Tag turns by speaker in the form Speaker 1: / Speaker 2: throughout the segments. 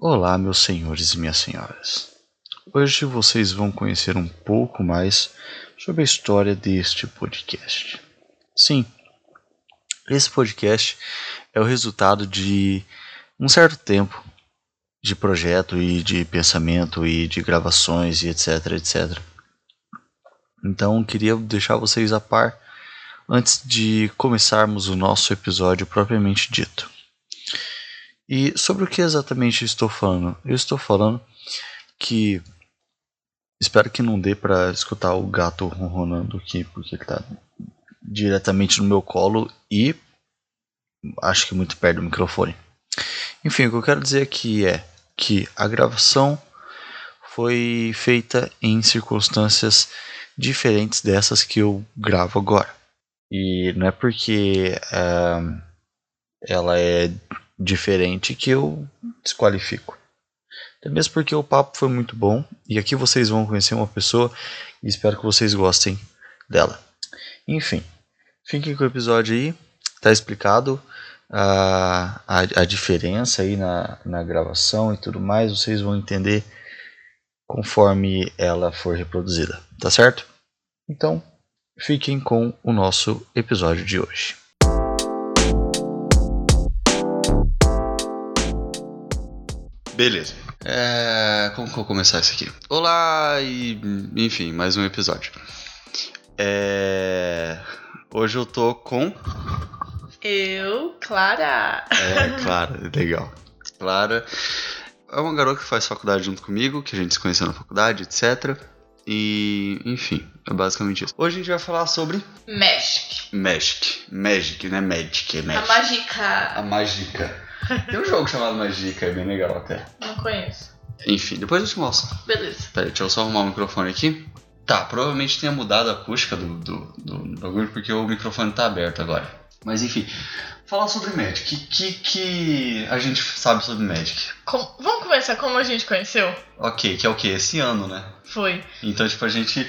Speaker 1: Olá, meus senhores e minhas senhoras. Hoje vocês vão conhecer um pouco mais sobre a história deste podcast. Sim, esse podcast é o resultado de um certo tempo de projeto e de pensamento e de gravações e etc, etc. Então, queria deixar vocês a par antes de começarmos o nosso episódio propriamente dito. E sobre o que exatamente eu estou falando? Eu estou falando que espero que não dê para escutar o gato ronronando aqui, porque ele tá diretamente no meu colo e acho que muito perto do microfone. Enfim, o que eu quero dizer aqui é que a gravação foi feita em circunstâncias diferentes dessas que eu gravo agora. E não é porque ah, ela é diferente que eu desqualifico. Até mesmo porque o papo foi muito bom e aqui vocês vão conhecer uma pessoa e espero que vocês gostem dela. Enfim, fiquem com o episódio aí, tá explicado ah, a, a diferença aí na, na gravação e tudo mais, vocês vão entender conforme ela for reproduzida, tá certo? Então, fiquem com o nosso episódio de hoje. Beleza. É, como que eu vou começar isso aqui? Olá e enfim, mais um episódio. É, hoje eu tô com.
Speaker 2: Eu, Clara.
Speaker 1: É, Clara, legal. Clara é uma garota que faz faculdade junto comigo, que a gente se conheceu na faculdade, etc. E, enfim, é basicamente isso. Hoje a gente vai falar sobre
Speaker 2: Magic.
Speaker 1: Magic. Magic, né? Magic, é
Speaker 2: A
Speaker 1: Magic.
Speaker 2: mágica.
Speaker 1: A Magica. Tem um jogo chamado Magica, é bem legal até.
Speaker 2: Não conheço.
Speaker 1: Enfim, depois eu te mostro.
Speaker 2: Beleza.
Speaker 1: Pera, aí, deixa eu só arrumar o microfone aqui. Tá, provavelmente tenha mudado a acústica do, do, do bagulho, porque o microfone tá aberto agora. Mas enfim, falar sobre Magic. O que, que a gente sabe sobre Magic?
Speaker 2: Com- Vamos começar como a gente conheceu?
Speaker 1: Ok, que é o que? Esse ano, né?
Speaker 2: Foi.
Speaker 1: Então, tipo, a gente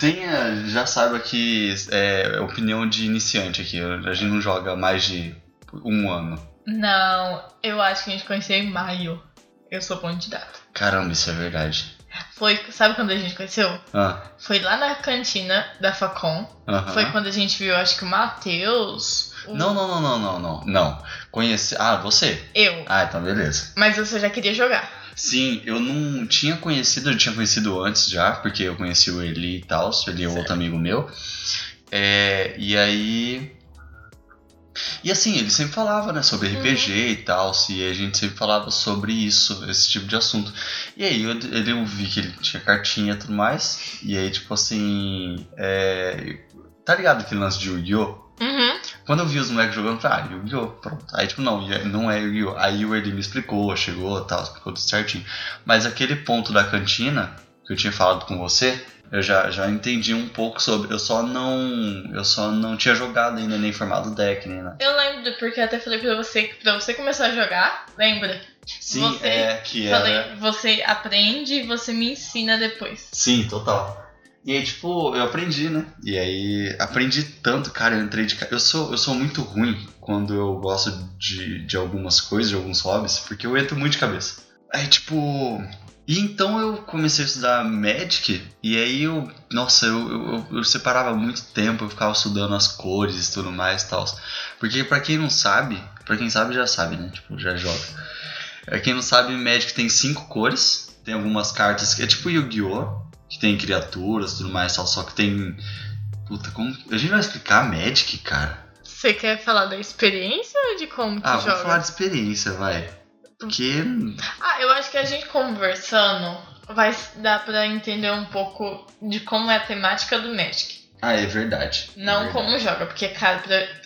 Speaker 1: tem a- já sabe que é opinião de iniciante aqui. A gente não joga mais de um ano.
Speaker 2: Não, eu acho que a gente conheceu em maio. Eu sou bom de data.
Speaker 1: Caramba, isso é verdade.
Speaker 2: Foi, sabe quando a gente conheceu?
Speaker 1: Ah,
Speaker 2: Foi lá na cantina da Facom.
Speaker 1: aham.
Speaker 2: Foi quando a gente viu, acho que o Matheus. o-
Speaker 1: Não, não, não, não, não, não. Não. Conheci. Ah, você?
Speaker 2: Eu.
Speaker 1: Ah, então beleza.
Speaker 2: Mas você já queria jogar.
Speaker 1: Sim, eu não tinha conhecido, eu tinha conhecido antes já, porque eu conheci o Eli e tal, o Eli é outro amigo meu. É, e aí. E assim, ele sempre falava, né, sobre RPG e tal, e a gente sempre falava sobre isso, esse tipo de assunto. E aí eu, ele, eu vi que ele tinha cartinha e tudo mais, e aí, tipo assim. é, tá ligado aquele lance de Yu-Gi-Oh?
Speaker 2: Uhum.
Speaker 1: Quando eu vi os moleques jogando, eu falei, ah, Yu-Gi-Oh! Pronto. Aí, tipo, não, não é Yu-Gi-Oh! Aí o Erdi me explicou, chegou e tal, explicou tudo certinho. Mas aquele ponto da cantina, que eu tinha falado com você, eu já, já entendi um pouco sobre. Eu só não. Eu só não tinha jogado ainda, nem formado o deck, nem nada.
Speaker 2: Eu lembro, porque eu até falei pra você que pra você começar a jogar, lembra?
Speaker 1: Sim,
Speaker 2: Você
Speaker 1: é que era.
Speaker 2: Falei, você aprende e você me ensina depois.
Speaker 1: Sim, total. E aí, tipo, eu aprendi, né? E aí, aprendi tanto, cara, eu entrei de cara. Eu sou, eu sou muito ruim quando eu gosto de, de algumas coisas, de alguns hobbies, porque eu entro muito de cabeça. Aí, tipo. E então eu comecei a estudar Magic, e aí eu. Nossa, eu, eu, eu- eu separava muito tempo, eu ficava estudando as cores e tudo mais e tal. Porque pra quem não sabe, pra quem sabe já sabe, né? Tipo, já joga. Pra quem não sabe, Magic tem cinco cores. Tem algumas cartas que é tipo Yu-Gi-Oh! que tem criaturas e tudo mais, tal, só que tem. Puta, como. A gente vai explicar Magic, cara?
Speaker 2: Você quer falar da experiência ou de como que
Speaker 1: Ah,
Speaker 2: joga?
Speaker 1: vamos falar de experiência, vai. Porque.
Speaker 2: Ah, eu acho que a gente conversando vai dar pra entender um pouco de como é a temática do Magic.
Speaker 1: Ah, é verdade.
Speaker 2: Não
Speaker 1: é verdade.
Speaker 2: como joga, porque, cara,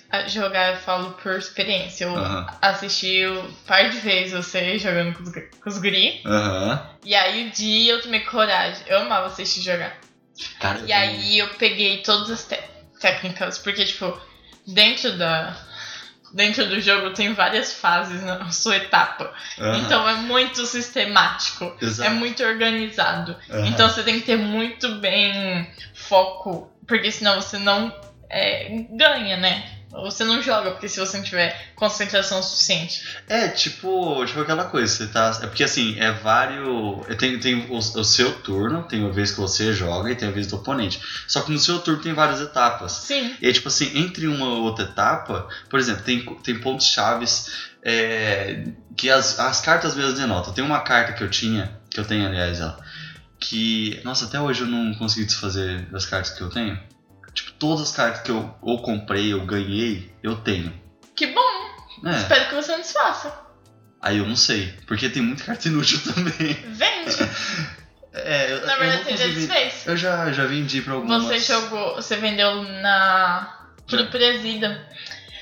Speaker 2: pra jogar eu falo por experiência. Eu
Speaker 1: Aham.
Speaker 2: assisti um par de vezes você jogando com os, gri- com os guri.
Speaker 1: Aham.
Speaker 2: E aí o dia eu tomei coragem. Eu amava assistir jogar.
Speaker 1: Cara,
Speaker 2: E aí eu peguei todas as te- técnicas, porque, tipo, dentro da. Dentro do jogo tem várias fases na sua etapa.
Speaker 1: Aham.
Speaker 2: Então é muito sistemático. É
Speaker 1: Exato.
Speaker 2: muito organizado.
Speaker 1: Aham.
Speaker 2: Então você tem que ter muito bem foco. Porque senão você não é, ganha, né? Você não joga, porque se você não tiver concentração suficiente.
Speaker 1: É, tipo, tipo aquela coisa, você tá. É porque assim, é vários. é, Tem, tem o, o seu turno, tem uma vez que você joga e tem a vez do oponente. Só que no seu turno tem várias etapas.
Speaker 2: Sim.
Speaker 1: E é tipo assim, entre uma ou outra etapa, por exemplo, tem, tem pontos chaves é, que as, as cartas mesmo denotam. Tem uma carta que eu tinha, que eu tenho, aliás, ela, que. Nossa, até hoje eu não consegui desfazer das cartas que eu tenho. Tipo, todas as cartas que eu ou comprei ou ganhei, eu tenho.
Speaker 2: Que bom.
Speaker 1: É.
Speaker 2: Espero que você não desfaça.
Speaker 1: Aí eu não sei, porque tem muita carta inútil também.
Speaker 2: Vende.
Speaker 1: É, eu,
Speaker 2: Na
Speaker 1: eu
Speaker 2: verdade,
Speaker 1: não
Speaker 2: você já
Speaker 1: consegui-
Speaker 2: desfez.
Speaker 1: Eu já, já vendi pra algumas.
Speaker 2: Você jogou. Você vendeu na.
Speaker 1: É.
Speaker 2: Pro presida.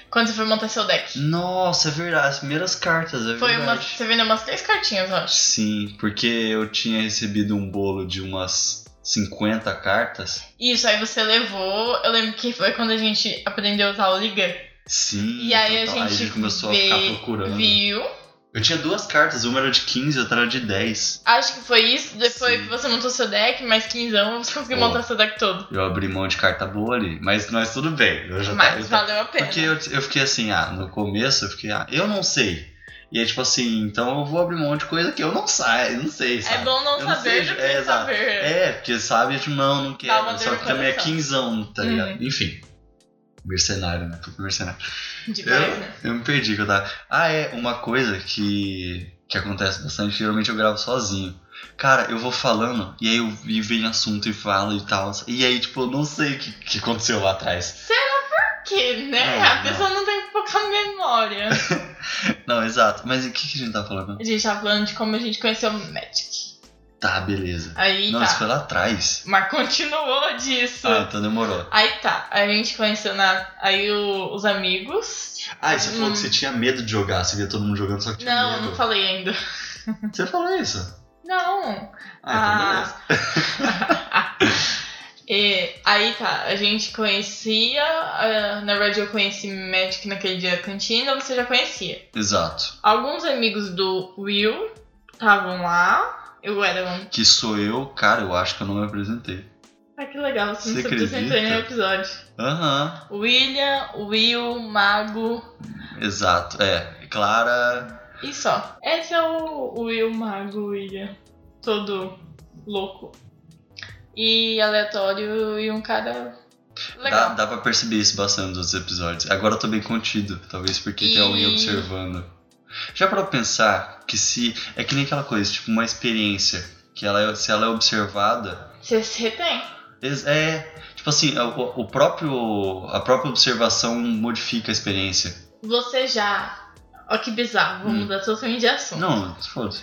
Speaker 2: Quando você foi montar seu deck.
Speaker 1: Nossa, é verdade, as primeiras cartas, é
Speaker 2: Foi
Speaker 1: verdade.
Speaker 2: uma. Você vendeu umas três cartinhas, eu acho.
Speaker 1: Sim, porque eu tinha recebido um bolo de umas 50 cartas.
Speaker 2: Isso, aí você levou. Eu lembro que foi quando a gente aprendeu a usar o
Speaker 1: É.
Speaker 2: Liga.
Speaker 1: Sim.
Speaker 2: E aí a
Speaker 1: então,
Speaker 2: gente
Speaker 1: começou
Speaker 2: vê-
Speaker 1: a ficar procurando.
Speaker 2: Viu?
Speaker 1: Eu tinha duas cartas, uma era de 15, outra era de 10.
Speaker 2: Acho que foi isso. Depois
Speaker 1: Sim.
Speaker 2: que você montou seu deck, mais 15 anos, você conseguiu
Speaker 1: Ó.
Speaker 2: montar seu deck todo.
Speaker 1: Eu abri mão de carta boa ali, mas, mas tudo bem. Eu já tava-
Speaker 2: Mas valeu a pena.
Speaker 1: Porque eu, eu fiquei assim, ah, no começo eu fiquei, ah, eu não sei. E é tipo assim, então eu vou abrir mão de coisa que eu não sei, não sei, sabe?
Speaker 2: É bom não
Speaker 1: Eu não
Speaker 2: saber
Speaker 1: sei,
Speaker 2: do que
Speaker 1: é, exato.
Speaker 2: saber.
Speaker 1: É, porque sabe, tipo, não, não quero.
Speaker 2: Dá uma dor
Speaker 1: só
Speaker 2: no
Speaker 1: que também é
Speaker 2: coração.
Speaker 1: quinzão, tá
Speaker 2: Uhum.
Speaker 1: ligado? Enfim. Mercenário, né? Puta mercenário.
Speaker 2: Demais, né?
Speaker 1: Eu me perdi que eu tava. Ah, é, uma coisa que, que acontece bastante, geralmente eu gravo sozinho. Cara, eu vou falando, e aí eu e vem assunto e falo e tal. E aí, tipo, eu não sei o que, que aconteceu lá atrás.
Speaker 2: Que, né?
Speaker 1: Não,
Speaker 2: a
Speaker 1: não.
Speaker 2: pessoa não tem pouca memória.
Speaker 1: Não, exato. Mas o que, que a gente tá falando?
Speaker 2: a gente tá falando de como a gente conheceu o Magic.
Speaker 1: Tá, beleza.
Speaker 2: Aí
Speaker 1: não,
Speaker 2: tá.
Speaker 1: isso foi lá atrás.
Speaker 2: Mas continuou disso.
Speaker 1: Ah, então demorou.
Speaker 2: Aí tá. A gente conheceu na... aí o- os amigos.
Speaker 1: Ah, e você falou
Speaker 2: Hum.
Speaker 1: que você tinha medo de jogar, você via todo mundo jogando, só que tinha
Speaker 2: Não,
Speaker 1: medo.
Speaker 2: não falei ainda.
Speaker 1: Você falou isso.
Speaker 2: Não.
Speaker 1: Ah, então beleza.
Speaker 2: É, aí tá, a gente conhecia, ah, na verdade eu conheci Magic naquele dia da cantina, você já conhecia.
Speaker 1: Exato.
Speaker 2: Alguns amigos do Will estavam lá, eu era um.
Speaker 1: Que sou eu, cara, eu acho que eu não me apresentei.
Speaker 2: Ah, que legal, você não
Speaker 1: Você
Speaker 2: se apresentou em nenhum
Speaker 1: acredita?
Speaker 2: episódio.
Speaker 1: Aham,
Speaker 2: William, Will, Mago
Speaker 1: exato. É, Clara.
Speaker 2: e só. Esse é o Will, Mago, William, todo louco. E aleatório e um cara legal.
Speaker 1: Dá, dá pra perceber isso bastante nos episódios. Agora eu tô bem contido, talvez porque tem alguém
Speaker 2: E-
Speaker 1: observando. Já para pensar que se. É que nem aquela coisa, tipo, uma experiência. Que ela é- se ela é observada,
Speaker 2: Você se retém.
Speaker 1: Ex- É, tipo assim, o, o próprio, a própria observação modifica a experiência.
Speaker 2: Você já. Ó, que bizarro, vou
Speaker 1: Hum.
Speaker 2: mudar totalmente de assunto.
Speaker 1: Não, foda-se.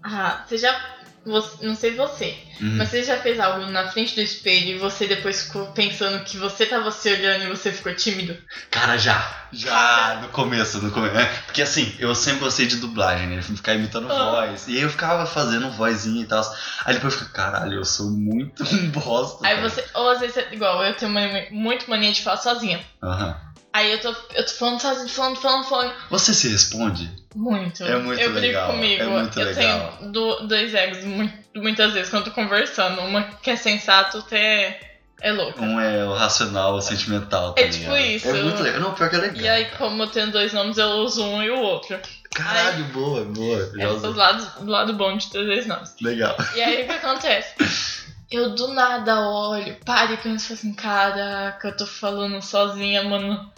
Speaker 2: Ah, você já. você- não sei você,
Speaker 1: Uhum.
Speaker 2: mas você já fez algo na frente do espelho e você depois ficou pensando que você tava se olhando e você ficou tímido?
Speaker 1: Cara, já. Já, no começo, no começo. né? Porque assim, eu sempre gostei de dublagem, né? Ficar imitando
Speaker 2: Ah.
Speaker 1: voz. E aí eu ficava fazendo vozinha e tal. Aí depois eu fico, caralho, eu sou muito um bosta.
Speaker 2: Aí
Speaker 1: cara."
Speaker 2: você. Ou às vezes, você- igual, eu tenho mania- muito mania de falar sozinha.
Speaker 1: Aham.
Speaker 2: Aí eu tô, eu tô falando sozinha, falando, falando, falando.
Speaker 1: Você se responde?
Speaker 2: Muito.
Speaker 1: É muito
Speaker 2: eu brigo
Speaker 1: legal,
Speaker 2: comigo.
Speaker 1: é muito
Speaker 2: eu
Speaker 1: legal.
Speaker 2: tenho do- dois egos mu- muitas vezes quando eu tô conversando. Uma que é sensata, outra é, é louca.
Speaker 1: Um é o racional, o sentimental. Tá
Speaker 2: É tipo
Speaker 1: ligado?
Speaker 2: isso.
Speaker 1: É muito legal. Não, pior que é legal.
Speaker 2: E aí, como eu tenho dois nomes, eu uso um e o outro.
Speaker 1: Caralho, boa, boa.
Speaker 2: É
Speaker 1: Já
Speaker 2: o
Speaker 1: usei.
Speaker 2: lado, o lado bom de todos esses nomes.
Speaker 1: Legal.
Speaker 2: E aí o que acontece? Eu do nada olho, paro e penso falo assim, caraca, eu tô falando sozinha, mano.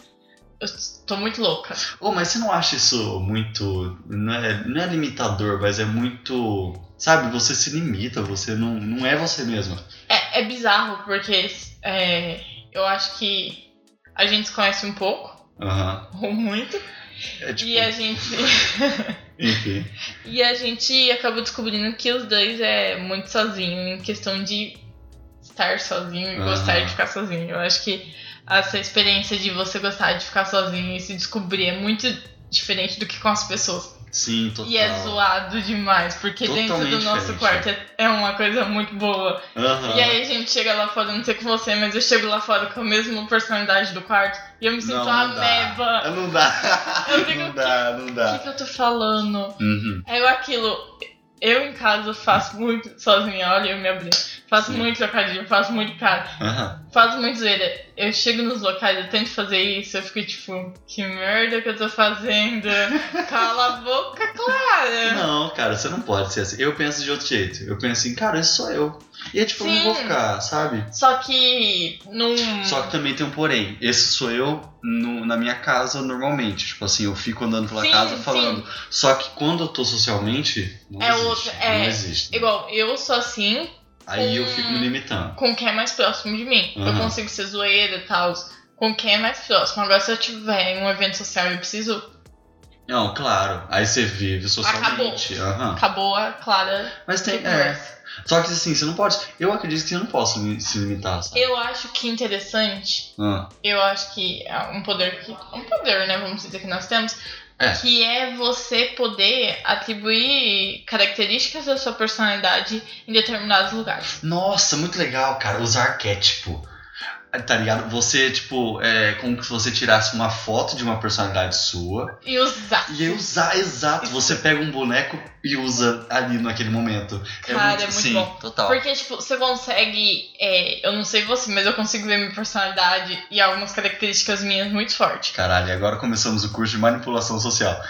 Speaker 2: Eu tô muito louca.
Speaker 1: Ô, mas você não acha isso muito. Não é, não é limitador, mas é muito. Sabe, você se limita, você não, não é você mesmo.
Speaker 2: É, é bizarro, porque é, eu acho que a gente se conhece um pouco,
Speaker 1: Aham.
Speaker 2: ou muito,
Speaker 1: É tipo.
Speaker 2: e a gente.
Speaker 1: Enfim.
Speaker 2: e a gente acabou descobrindo que os dois é muito sozinho, em questão de estar sozinho e
Speaker 1: Aham.
Speaker 2: gostar de ficar sozinho. Eu acho que essa experiência de você gostar de ficar sozinho e se descobrir é muito diferente do que com as pessoas.
Speaker 1: Sim, total.
Speaker 2: E é zoado demais, porque dentro do
Speaker 1: Totalmente
Speaker 2: nosso
Speaker 1: diferente,
Speaker 2: quarto é, é uma coisa muito boa.
Speaker 1: Aham.
Speaker 2: E aí a gente chega lá fora, não sei com você, mas eu chego lá fora com a mesma personalidade do quarto e eu me sinto
Speaker 1: Não,
Speaker 2: uma
Speaker 1: não dá.
Speaker 2: meba.
Speaker 1: Ah, Não dá.
Speaker 2: Eu tipo- digo,
Speaker 1: não dá, não
Speaker 2: O que,
Speaker 1: dá.
Speaker 2: que eu tô falando?
Speaker 1: Uhum.
Speaker 2: É Aí eu aquilo, eu em casa faço muito sozinha, olha eu me abri. Faço
Speaker 1: Sim.
Speaker 2: muito trocadilho, faço muito cara.
Speaker 1: Aham.
Speaker 2: Faço muito zoeira. Eu chego nos locais, eu tento fazer isso, eu fico tipo, que merda que eu tô fazendo. Cala a boca, Clara.
Speaker 1: Não, cara, você não pode ser assim. Eu penso de outro jeito. Eu penso assim, cara, esse sou eu. E é tipo, eu não vou
Speaker 2: Sim. Hum.
Speaker 1: ficar, sabe?
Speaker 2: Só que num.
Speaker 1: Só que também tem um porém. Esse sou eu no- na minha casa normalmente. Tipo assim, eu fico andando pela
Speaker 2: Sim,
Speaker 1: casa
Speaker 2: sim.
Speaker 1: falando. Só que quando eu tô socialmente, não
Speaker 2: É
Speaker 1: existe.
Speaker 2: outra- é,
Speaker 1: Não existe.
Speaker 2: Igual, eu sou assim
Speaker 1: Aí eu
Speaker 2: Hum.
Speaker 1: fico me limitando.
Speaker 2: com quem é mais próximo de mim. Eu
Speaker 1: Aham.
Speaker 2: consigo ser zoeira e tal. Com quem é mais próximo. Agora, se eu tiver em um evento social e eu preciso,
Speaker 1: Não, claro. Aí você vive socialmente. Aham.
Speaker 2: acabou a Clara.
Speaker 1: Mas tem.
Speaker 2: de
Speaker 1: É.
Speaker 2: conversa.
Speaker 1: Só que assim, você não pode. Eu acredito que você não possa li- se limitar, sabe?
Speaker 2: Eu acho que interessante,
Speaker 1: Ah,
Speaker 2: eu acho que é um poder que. Um poder, né? Vamos dizer que nós temos.
Speaker 1: É.
Speaker 2: Que é você poder atribuir características da sua personalidade em determinados lugares.
Speaker 1: Nossa, muito legal, cara. Usar arquétipo. Tá ligado? Você, tipo, é como se você tirasse uma foto de uma personalidade sua.
Speaker 2: E usar.
Speaker 1: E aí usar, exato. Você pega um boneco e usa ali naquele momento.
Speaker 2: Cara, é muito
Speaker 1: sim,
Speaker 2: bom.
Speaker 1: Total.
Speaker 2: Porque, tipo, você consegue. é, eu não sei você, mas eu consigo ver minha personalidade e algumas características minhas muito forte.
Speaker 1: Caralho, agora começamos o curso de manipulação social.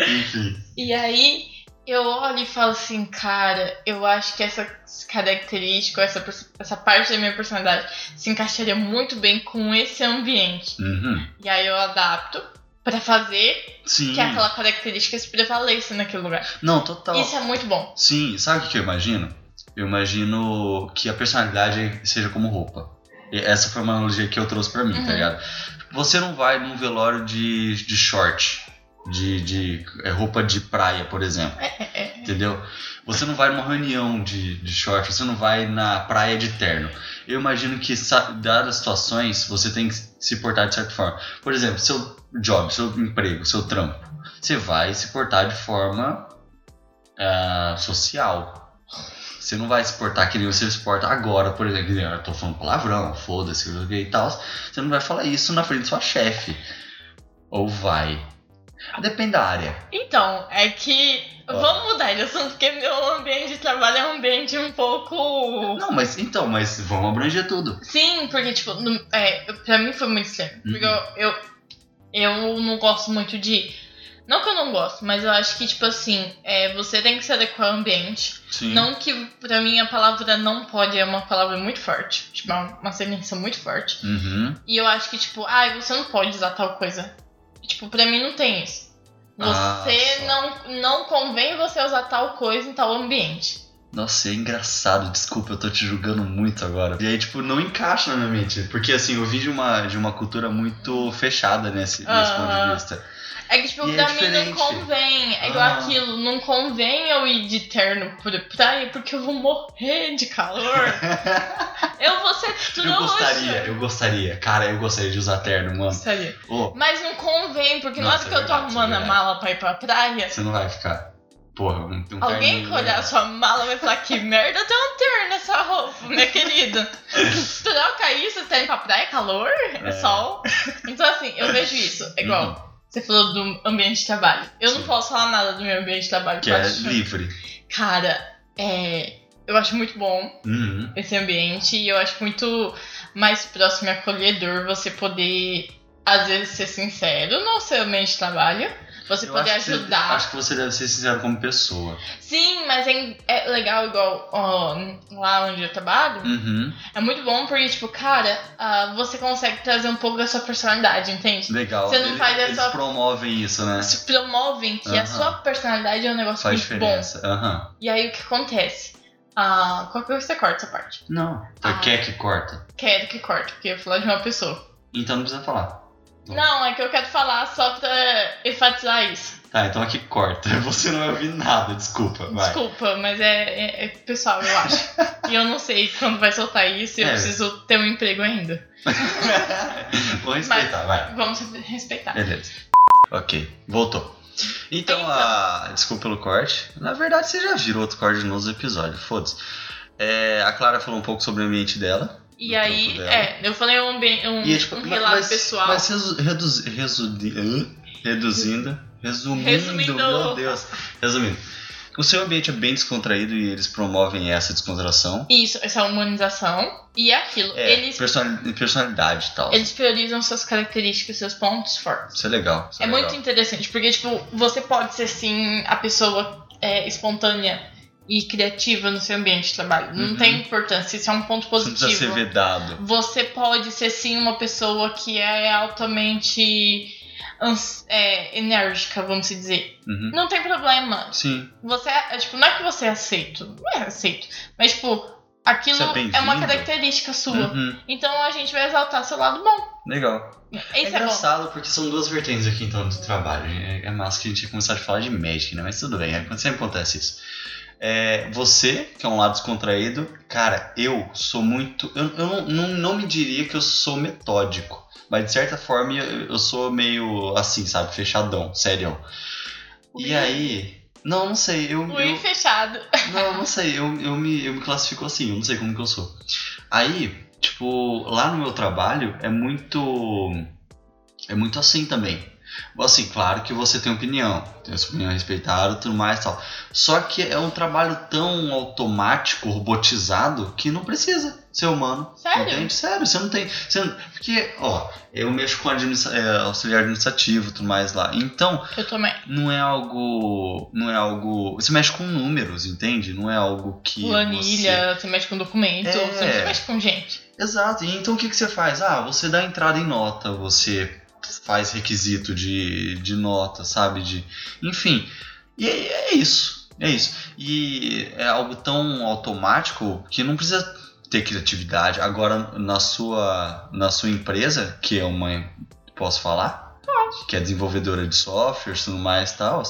Speaker 1: Enfim.
Speaker 2: E aí eu olho e falo assim, cara, eu acho que essa característica, essa, pers- essa parte da minha personalidade se encaixaria muito bem com esse ambiente.
Speaker 1: Uhum.
Speaker 2: E aí eu adapto pra fazer
Speaker 1: Sim.
Speaker 2: que aquela característica se prevaleça naquele lugar.
Speaker 1: Não, total.
Speaker 2: Isso é muito bom.
Speaker 1: Sim, sabe o que eu imagino? Eu imagino que a personalidade seja como roupa. E essa foi uma analogia que eu trouxe pra mim, tá
Speaker 2: Uhum.
Speaker 1: ligado? Você não vai num velório de, de short, de, de é, roupa de praia, por exemplo. Entendeu? Você não vai numa reunião de, de short, você não vai na praia de terno. Eu imagino que, sa- dadas as situações, você tem que se portar de certa forma. Por exemplo, seu job, seu emprego, seu trampo. Você vai se portar de forma ah, social. Você não vai se portar que nem você se porta agora, por exemplo. que nem Eu tô falando palavrão, foda-se, eu joguei e tal. Você não vai falar isso na frente da sua chefe. Ou vai. Depende da área.
Speaker 2: Então, é que.
Speaker 1: Ó.
Speaker 2: Vamos mudar de assunto, porque meu ambiente de trabalho é um ambiente um pouco.
Speaker 1: Não, mas então, mas vamos abranger tudo.
Speaker 2: Sim, porque, tipo, no, é, eu- pra mim foi muito estranho. Porque
Speaker 1: Uhum.
Speaker 2: eu, eu, eu não gosto muito de. Não que eu não gosto, mas eu acho que, tipo assim, é, você tem que se adequar ao ambiente.
Speaker 1: Sim.
Speaker 2: Não que, pra mim, a palavra não pode é uma palavra muito forte. Tipo, é uma sentença muito forte.
Speaker 1: Uhum.
Speaker 2: E eu acho que, tipo, ai, você não pode usar tal coisa. Tipo, pra mim não tem isso.
Speaker 1: Ah, só.
Speaker 2: Você não, não convém você usar tal coisa em tal ambiente.
Speaker 1: Nossa, é engraçado, desculpa, eu tô te julgando muito agora. E aí, tipo, não encaixa na minha mente. Porque assim, eu vim de uma, de uma cultura muito fechada nesse, nesse ponto de
Speaker 2: Ah.
Speaker 1: vista.
Speaker 2: É que, tipo,
Speaker 1: E é
Speaker 2: pra mim não
Speaker 1: diferente.
Speaker 2: convém. É igual
Speaker 1: Ah.
Speaker 2: aquilo, não convém eu ir de terno pra praia porque eu vou morrer de calor. eu vou ser tudo
Speaker 1: Eu gostaria, eu gostaria. Cara, eu gostaria de usar terno, mano.
Speaker 2: Gostaria.
Speaker 1: Ô,
Speaker 2: Mas não convém, porque na
Speaker 1: Nossa,
Speaker 2: hora
Speaker 1: é
Speaker 2: que eu tô
Speaker 1: verdade,
Speaker 2: arrumando
Speaker 1: é
Speaker 2: a
Speaker 1: verdade.
Speaker 2: mala pra ir pra praia,
Speaker 1: você não vai ficar. Porra, um, um
Speaker 2: alguém
Speaker 1: terninho,
Speaker 2: que olhar a
Speaker 1: né?
Speaker 2: sua mala vai falar que merda tem um terno nessa roupa, minha querida. Troca isso, você tá indo pra praia, é calor, é,
Speaker 1: É. Uhum.
Speaker 2: sol. Então assim, eu vejo isso. É
Speaker 1: hum,
Speaker 2: igual, você falou do ambiente de trabalho. Eu não
Speaker 1: Sim.
Speaker 2: posso falar nada do meu ambiente de trabalho.
Speaker 1: Que
Speaker 2: eu
Speaker 1: é
Speaker 2: acho-
Speaker 1: livre.
Speaker 2: Cara, é, eu acho muito bom
Speaker 1: Uhum.
Speaker 2: esse ambiente e eu acho muito mais próximo e acolhedor você poder, às vezes, ser sincero no seu ambiente de trabalho. Você
Speaker 1: Eu
Speaker 2: poder
Speaker 1: acho que você-
Speaker 2: ajudar.
Speaker 1: acho que você deve ser sincero como pessoa.
Speaker 2: Sim, mas é, é legal igual ó, lá onde eu trabalho.
Speaker 1: Uhum.
Speaker 2: É muito bom porque, tipo, cara, ah, você consegue trazer um pouco da sua personalidade, entende?
Speaker 1: Legal.
Speaker 2: Você não
Speaker 1: Ele-
Speaker 2: faz
Speaker 1: Eles
Speaker 2: essa-
Speaker 1: promovem isso, né?
Speaker 2: Se promovem que a
Speaker 1: Aham.
Speaker 2: sua personalidade é um negócio
Speaker 1: Faz
Speaker 2: muito bom.
Speaker 1: diferença. Aham.
Speaker 2: E aí o que acontece? Ah, qual que você corta essa parte?
Speaker 1: Não.
Speaker 2: Ah.
Speaker 1: Tá, Quer que corta?
Speaker 2: Quero que corte, porque eu ia falar de uma pessoa.
Speaker 1: Então não precisa falar. Bom.
Speaker 2: Não, é que eu quero falar só pra enfatizar isso.
Speaker 1: Tá, então aqui corta. Você não vai ouvir nada, desculpa. Vai.
Speaker 2: Desculpa, mas é, é, é pessoal, eu acho. e eu não sei quando vai soltar isso e eu
Speaker 1: É.
Speaker 2: preciso ter um emprego ainda.
Speaker 1: Vou respeitar, vai.
Speaker 2: Vamos respeitar.
Speaker 1: Beleza. Ok, voltou. Então,
Speaker 2: Então.
Speaker 1: a. Desculpa pelo corte. Na verdade, você já virou outro corte nos episódios, foda-se. É, a Clara falou um pouco sobre o ambiente dela.
Speaker 2: E
Speaker 1: do
Speaker 2: aí,
Speaker 1: trampo dela.
Speaker 2: é, eu falei um, bem- um,
Speaker 1: E é, tipo,
Speaker 2: um
Speaker 1: ma-
Speaker 2: relato
Speaker 1: mas-
Speaker 2: pessoal.
Speaker 1: Mas resu, reduz, resu- hã? reduzindo. Resumindo.
Speaker 2: Resumindo.
Speaker 1: Meu Deus. Resumindo. O seu ambiente é bem descontraído e eles promovem essa descontração.
Speaker 2: Isso, essa humanização e é aquilo.
Speaker 1: É,
Speaker 2: eles,
Speaker 1: personali- personalidade e tal.
Speaker 2: eles priorizam suas características, seus pontos fortes.
Speaker 1: Isso é legal. isso
Speaker 2: É
Speaker 1: legal.
Speaker 2: muito interessante, porque, tipo, você pode ser, sim, a pessoa é, espontânea e criativa no seu ambiente de trabalho. Não
Speaker 1: Uhum.
Speaker 2: tem importância, isso é um ponto
Speaker 1: Você não precisa ser
Speaker 2: positivo.
Speaker 1: vedado.
Speaker 2: Você pode ser, sim, uma pessoa que é altamente ans- é, enérgica, vamos se dizer.
Speaker 1: Uhum.
Speaker 2: Não tem problema.
Speaker 1: Sim,
Speaker 2: Você, é, tipo, não é que você é aceito. Não é aceito. Mas, tipo, aquilo
Speaker 1: Você é
Speaker 2: é,
Speaker 1: bem-vindo.
Speaker 2: uma característica sua.
Speaker 1: Uhum.
Speaker 2: Então a gente vai exaltar seu lado bom.
Speaker 1: legal. é
Speaker 2: Isso é, bom.
Speaker 1: engraçado porque são duas vertentes aqui então do trabalho. É, é massa que a gente ia começar a falar de Magic, né? Mas tudo bem, é- sempre acontece isso. É, você, que é um lado descontraído, cara, eu sou muito. Eu, eu não, não, não me diria que eu sou metódico, mas de certa forma eu, eu sou meio assim, sabe? Fechadão, sério. E aí. Não, não sei. Eu,
Speaker 2: Ui,
Speaker 1: eu,
Speaker 2: fechado.
Speaker 1: Não, não sei, eu, eu, me, eu me classifico assim, eu não sei como que eu sou. Aí, tipo, lá no meu trabalho é muito. É muito assim também. Assim, claro que você tem opinião, tem sua opinião respeitada tudo mais e tal. Só que é um trabalho tão automático, robotizado, que não precisa ser humano.
Speaker 2: Sério?
Speaker 1: Entende? Sério, você não tem. Você não- porque, ó, eu mexo com administra- é, auxiliar administrativo e tudo mais lá. Então,
Speaker 2: Eu também.
Speaker 1: não é algo. Não é algo. Você mexe com números, entende? Não é algo que. Você...
Speaker 2: Planilha, você... mexe com documento,
Speaker 1: É.
Speaker 2: você não mexe com gente.
Speaker 1: Exato. E então o que, que você faz? Ah, você dá entrada em nota, você faz requisito de, de nota, sabe? De. Enfim. E é, é isso. É isso. E é algo tão automático que não precisa ter criatividade. Agora, na sua, na sua empresa, que é uma. Posso falar? Pode. Que é desenvolvedora de software, tudo mais e tal.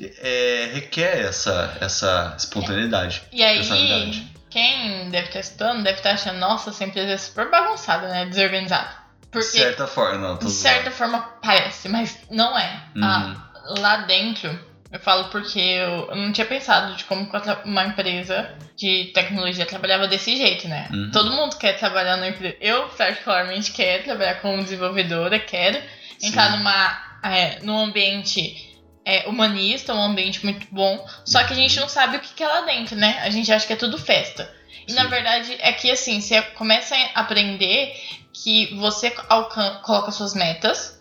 Speaker 1: É, requer essa, essa espontaneidade.
Speaker 2: E aí,
Speaker 1: Personalidade.
Speaker 2: quem deve estar estudando deve estar achando, nossa, essa empresa é super bagunçada, né? Desorganizada.
Speaker 1: De
Speaker 2: Porque,
Speaker 1: certa forma. Não, tô
Speaker 2: de
Speaker 1: zoando.
Speaker 2: certa forma, parece, mas não é. Ah,
Speaker 1: Uhum.
Speaker 2: lá dentro, eu falo porque eu, eu não tinha pensado de como que outra- uma empresa de tecnologia trabalhava desse jeito, né?
Speaker 1: Uhum.
Speaker 2: Todo mundo quer trabalhar na empresa. Eu, particularmente, quero trabalhar como desenvolvedora, quero entrar
Speaker 1: Sim.
Speaker 2: numa, é, num ambiente é, humanista, um ambiente muito bom. Só que a gente não sabe o que, que é lá dentro, né? A gente acha que é tudo festa. E na
Speaker 1: Sim.
Speaker 2: verdade é que assim, você começa a aprender que você alcan- coloca suas metas.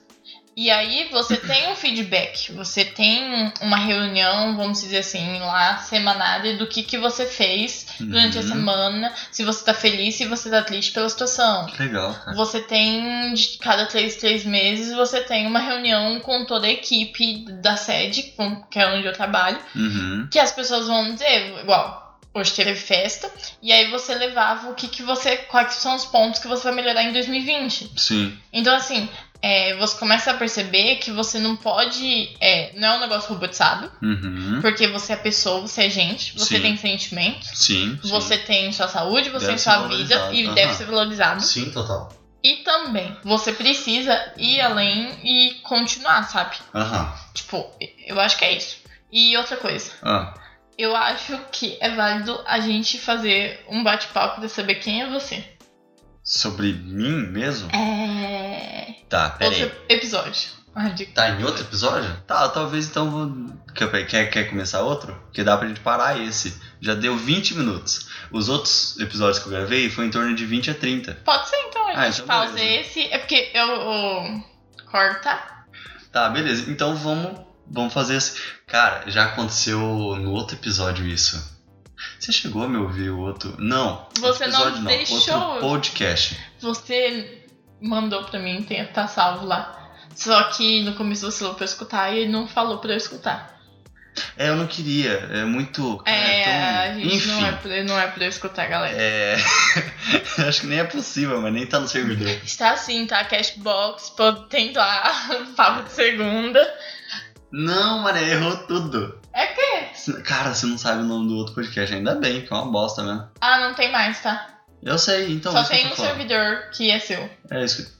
Speaker 2: E aí você tem um feedback, você tem uma reunião, vamos dizer assim, lá semanária do que, que você fez durante a
Speaker 1: Uhum.
Speaker 2: semana, se você tá feliz, se você tá triste pela situação.
Speaker 1: Legal, cara.
Speaker 2: Você tem, de cada três, três meses, você tem uma reunião com toda a equipe da sede, com- que é onde eu trabalho,
Speaker 1: Uhum.
Speaker 2: que as pessoas vão dizer, igual, hoje teve festa, e aí você levava o que, que você. Quais são os pontos que você vai melhorar em 2020.
Speaker 1: Sim.
Speaker 2: Então, assim, é, você começa a perceber que você não pode. é, não é um negócio robotizado,
Speaker 1: Uhum.
Speaker 2: porque você é pessoa, você é gente, você
Speaker 1: Sim.
Speaker 2: tem sentimentos,
Speaker 1: Sim. sim.
Speaker 2: você é tem sua saúde,
Speaker 1: Deve
Speaker 2: você tem
Speaker 1: ser
Speaker 2: sua vida
Speaker 1: valorizado,
Speaker 2: e
Speaker 1: aham.
Speaker 2: deve ser valorizado.
Speaker 1: Sim, total.
Speaker 2: E também, você precisa ir além e continuar, sabe?
Speaker 1: Aham.
Speaker 2: Tipo, eu acho que é isso. E outra coisa.
Speaker 1: Ah,
Speaker 2: Eu acho que é válido a gente fazer um bate-papo pra saber quem é você.
Speaker 1: sobre mim mesmo?
Speaker 2: É.
Speaker 1: Tá, peraí.
Speaker 2: Outro episódio. Ah, de-
Speaker 1: Tá em outro episódio? Tá, talvez então vou. Quer, quer, quer começar outro? Porque dá pra gente parar esse. Já deu 20 minutos. Os outros episódios que eu gravei foi em torno de 20 a 30.
Speaker 2: Pode ser então, a
Speaker 1: Ah,
Speaker 2: gente
Speaker 1: então
Speaker 2: pausa
Speaker 1: beleza.
Speaker 2: esse. É porque eu. eu- Corta.
Speaker 1: Tá, beleza. Então vamos, vamos fazer assim. Cara, já aconteceu no outro episódio isso. Você chegou a me ouvir o outro? Não.
Speaker 2: Você
Speaker 1: outro
Speaker 2: não
Speaker 1: episódio
Speaker 2: deixou.
Speaker 1: Outro podcast.
Speaker 2: Você mandou pra mim, tem, tá salvo lá. Só que no começo você falou pra eu escutar e não falou pra eu escutar.
Speaker 1: É, eu não queria. É muito. cara,
Speaker 2: É,
Speaker 1: é
Speaker 2: a
Speaker 1: tão-
Speaker 2: gente
Speaker 1: Enfim.
Speaker 2: não é, pra, não é pra eu escutar, galera.
Speaker 1: É. Acho que nem é possível, mas nem tá no servidor.
Speaker 2: Está assim, tá? Cashbox, pô, tem lá, papo de segunda.
Speaker 1: Não, mano, errou tudo.
Speaker 2: É que?
Speaker 1: Cara, você não sabe o nome do outro podcast. Ainda bem, que é uma bosta mesmo.
Speaker 2: Ah, não tem mais, tá?
Speaker 1: Eu sei, então.
Speaker 2: Só
Speaker 1: isso que
Speaker 2: tem
Speaker 1: eu tô
Speaker 2: um
Speaker 1: falando.
Speaker 2: servidor que é seu.
Speaker 1: É isso que...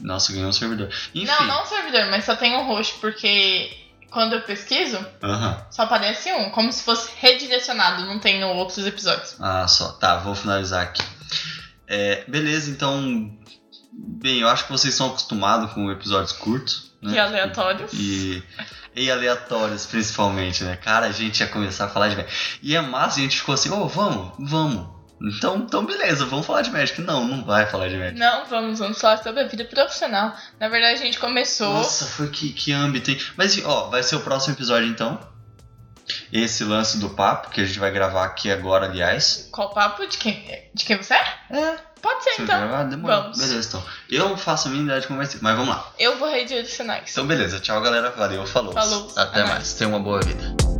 Speaker 1: Nossa, ganhou um servidor. Enfim.
Speaker 2: Não, não um servidor, mas só tem um roxo, porque quando eu pesquiso,
Speaker 1: Aham.
Speaker 2: só aparece um, como se fosse redirecionado, não tem no outros episódios.
Speaker 1: Ah, só. Tá, vou finalizar aqui. É, beleza, então. Bem, eu acho que vocês são acostumados com episódios curtos, né?
Speaker 2: Que aleatórios.
Speaker 1: E e aleatórios, principalmente, né? Cara, a gente ia começar a falar de médico. E é massa, a gente ficou assim, ô, vamos, vamos. Então, então, beleza, vamos falar de médico. Não, não vai falar de médico.
Speaker 2: Não, vamos, vamos falar sobre a vida profissional. Na verdade, a gente começou.
Speaker 1: Nossa, foi que, que âmbito, hein? Mas, assim, ó, vai ser o próximo episódio, então. Esse lance do papo, que a gente vai gravar aqui agora, aliás.
Speaker 2: Qual papo? De quem, de quem você é?
Speaker 1: É,
Speaker 2: Pode ser,
Speaker 1: você vai
Speaker 2: então.
Speaker 1: gravar? Demorou.
Speaker 2: vamos.
Speaker 1: Beleza, então. Eu faço a minha ideia de conversa, mas vamos lá.
Speaker 2: Eu vou redirecionar isso.
Speaker 1: Então, beleza. Tchau, galera. Valeu. Falou.
Speaker 2: Falou.
Speaker 1: Até
Speaker 2: Até
Speaker 1: mais. Tenha uma boa vida.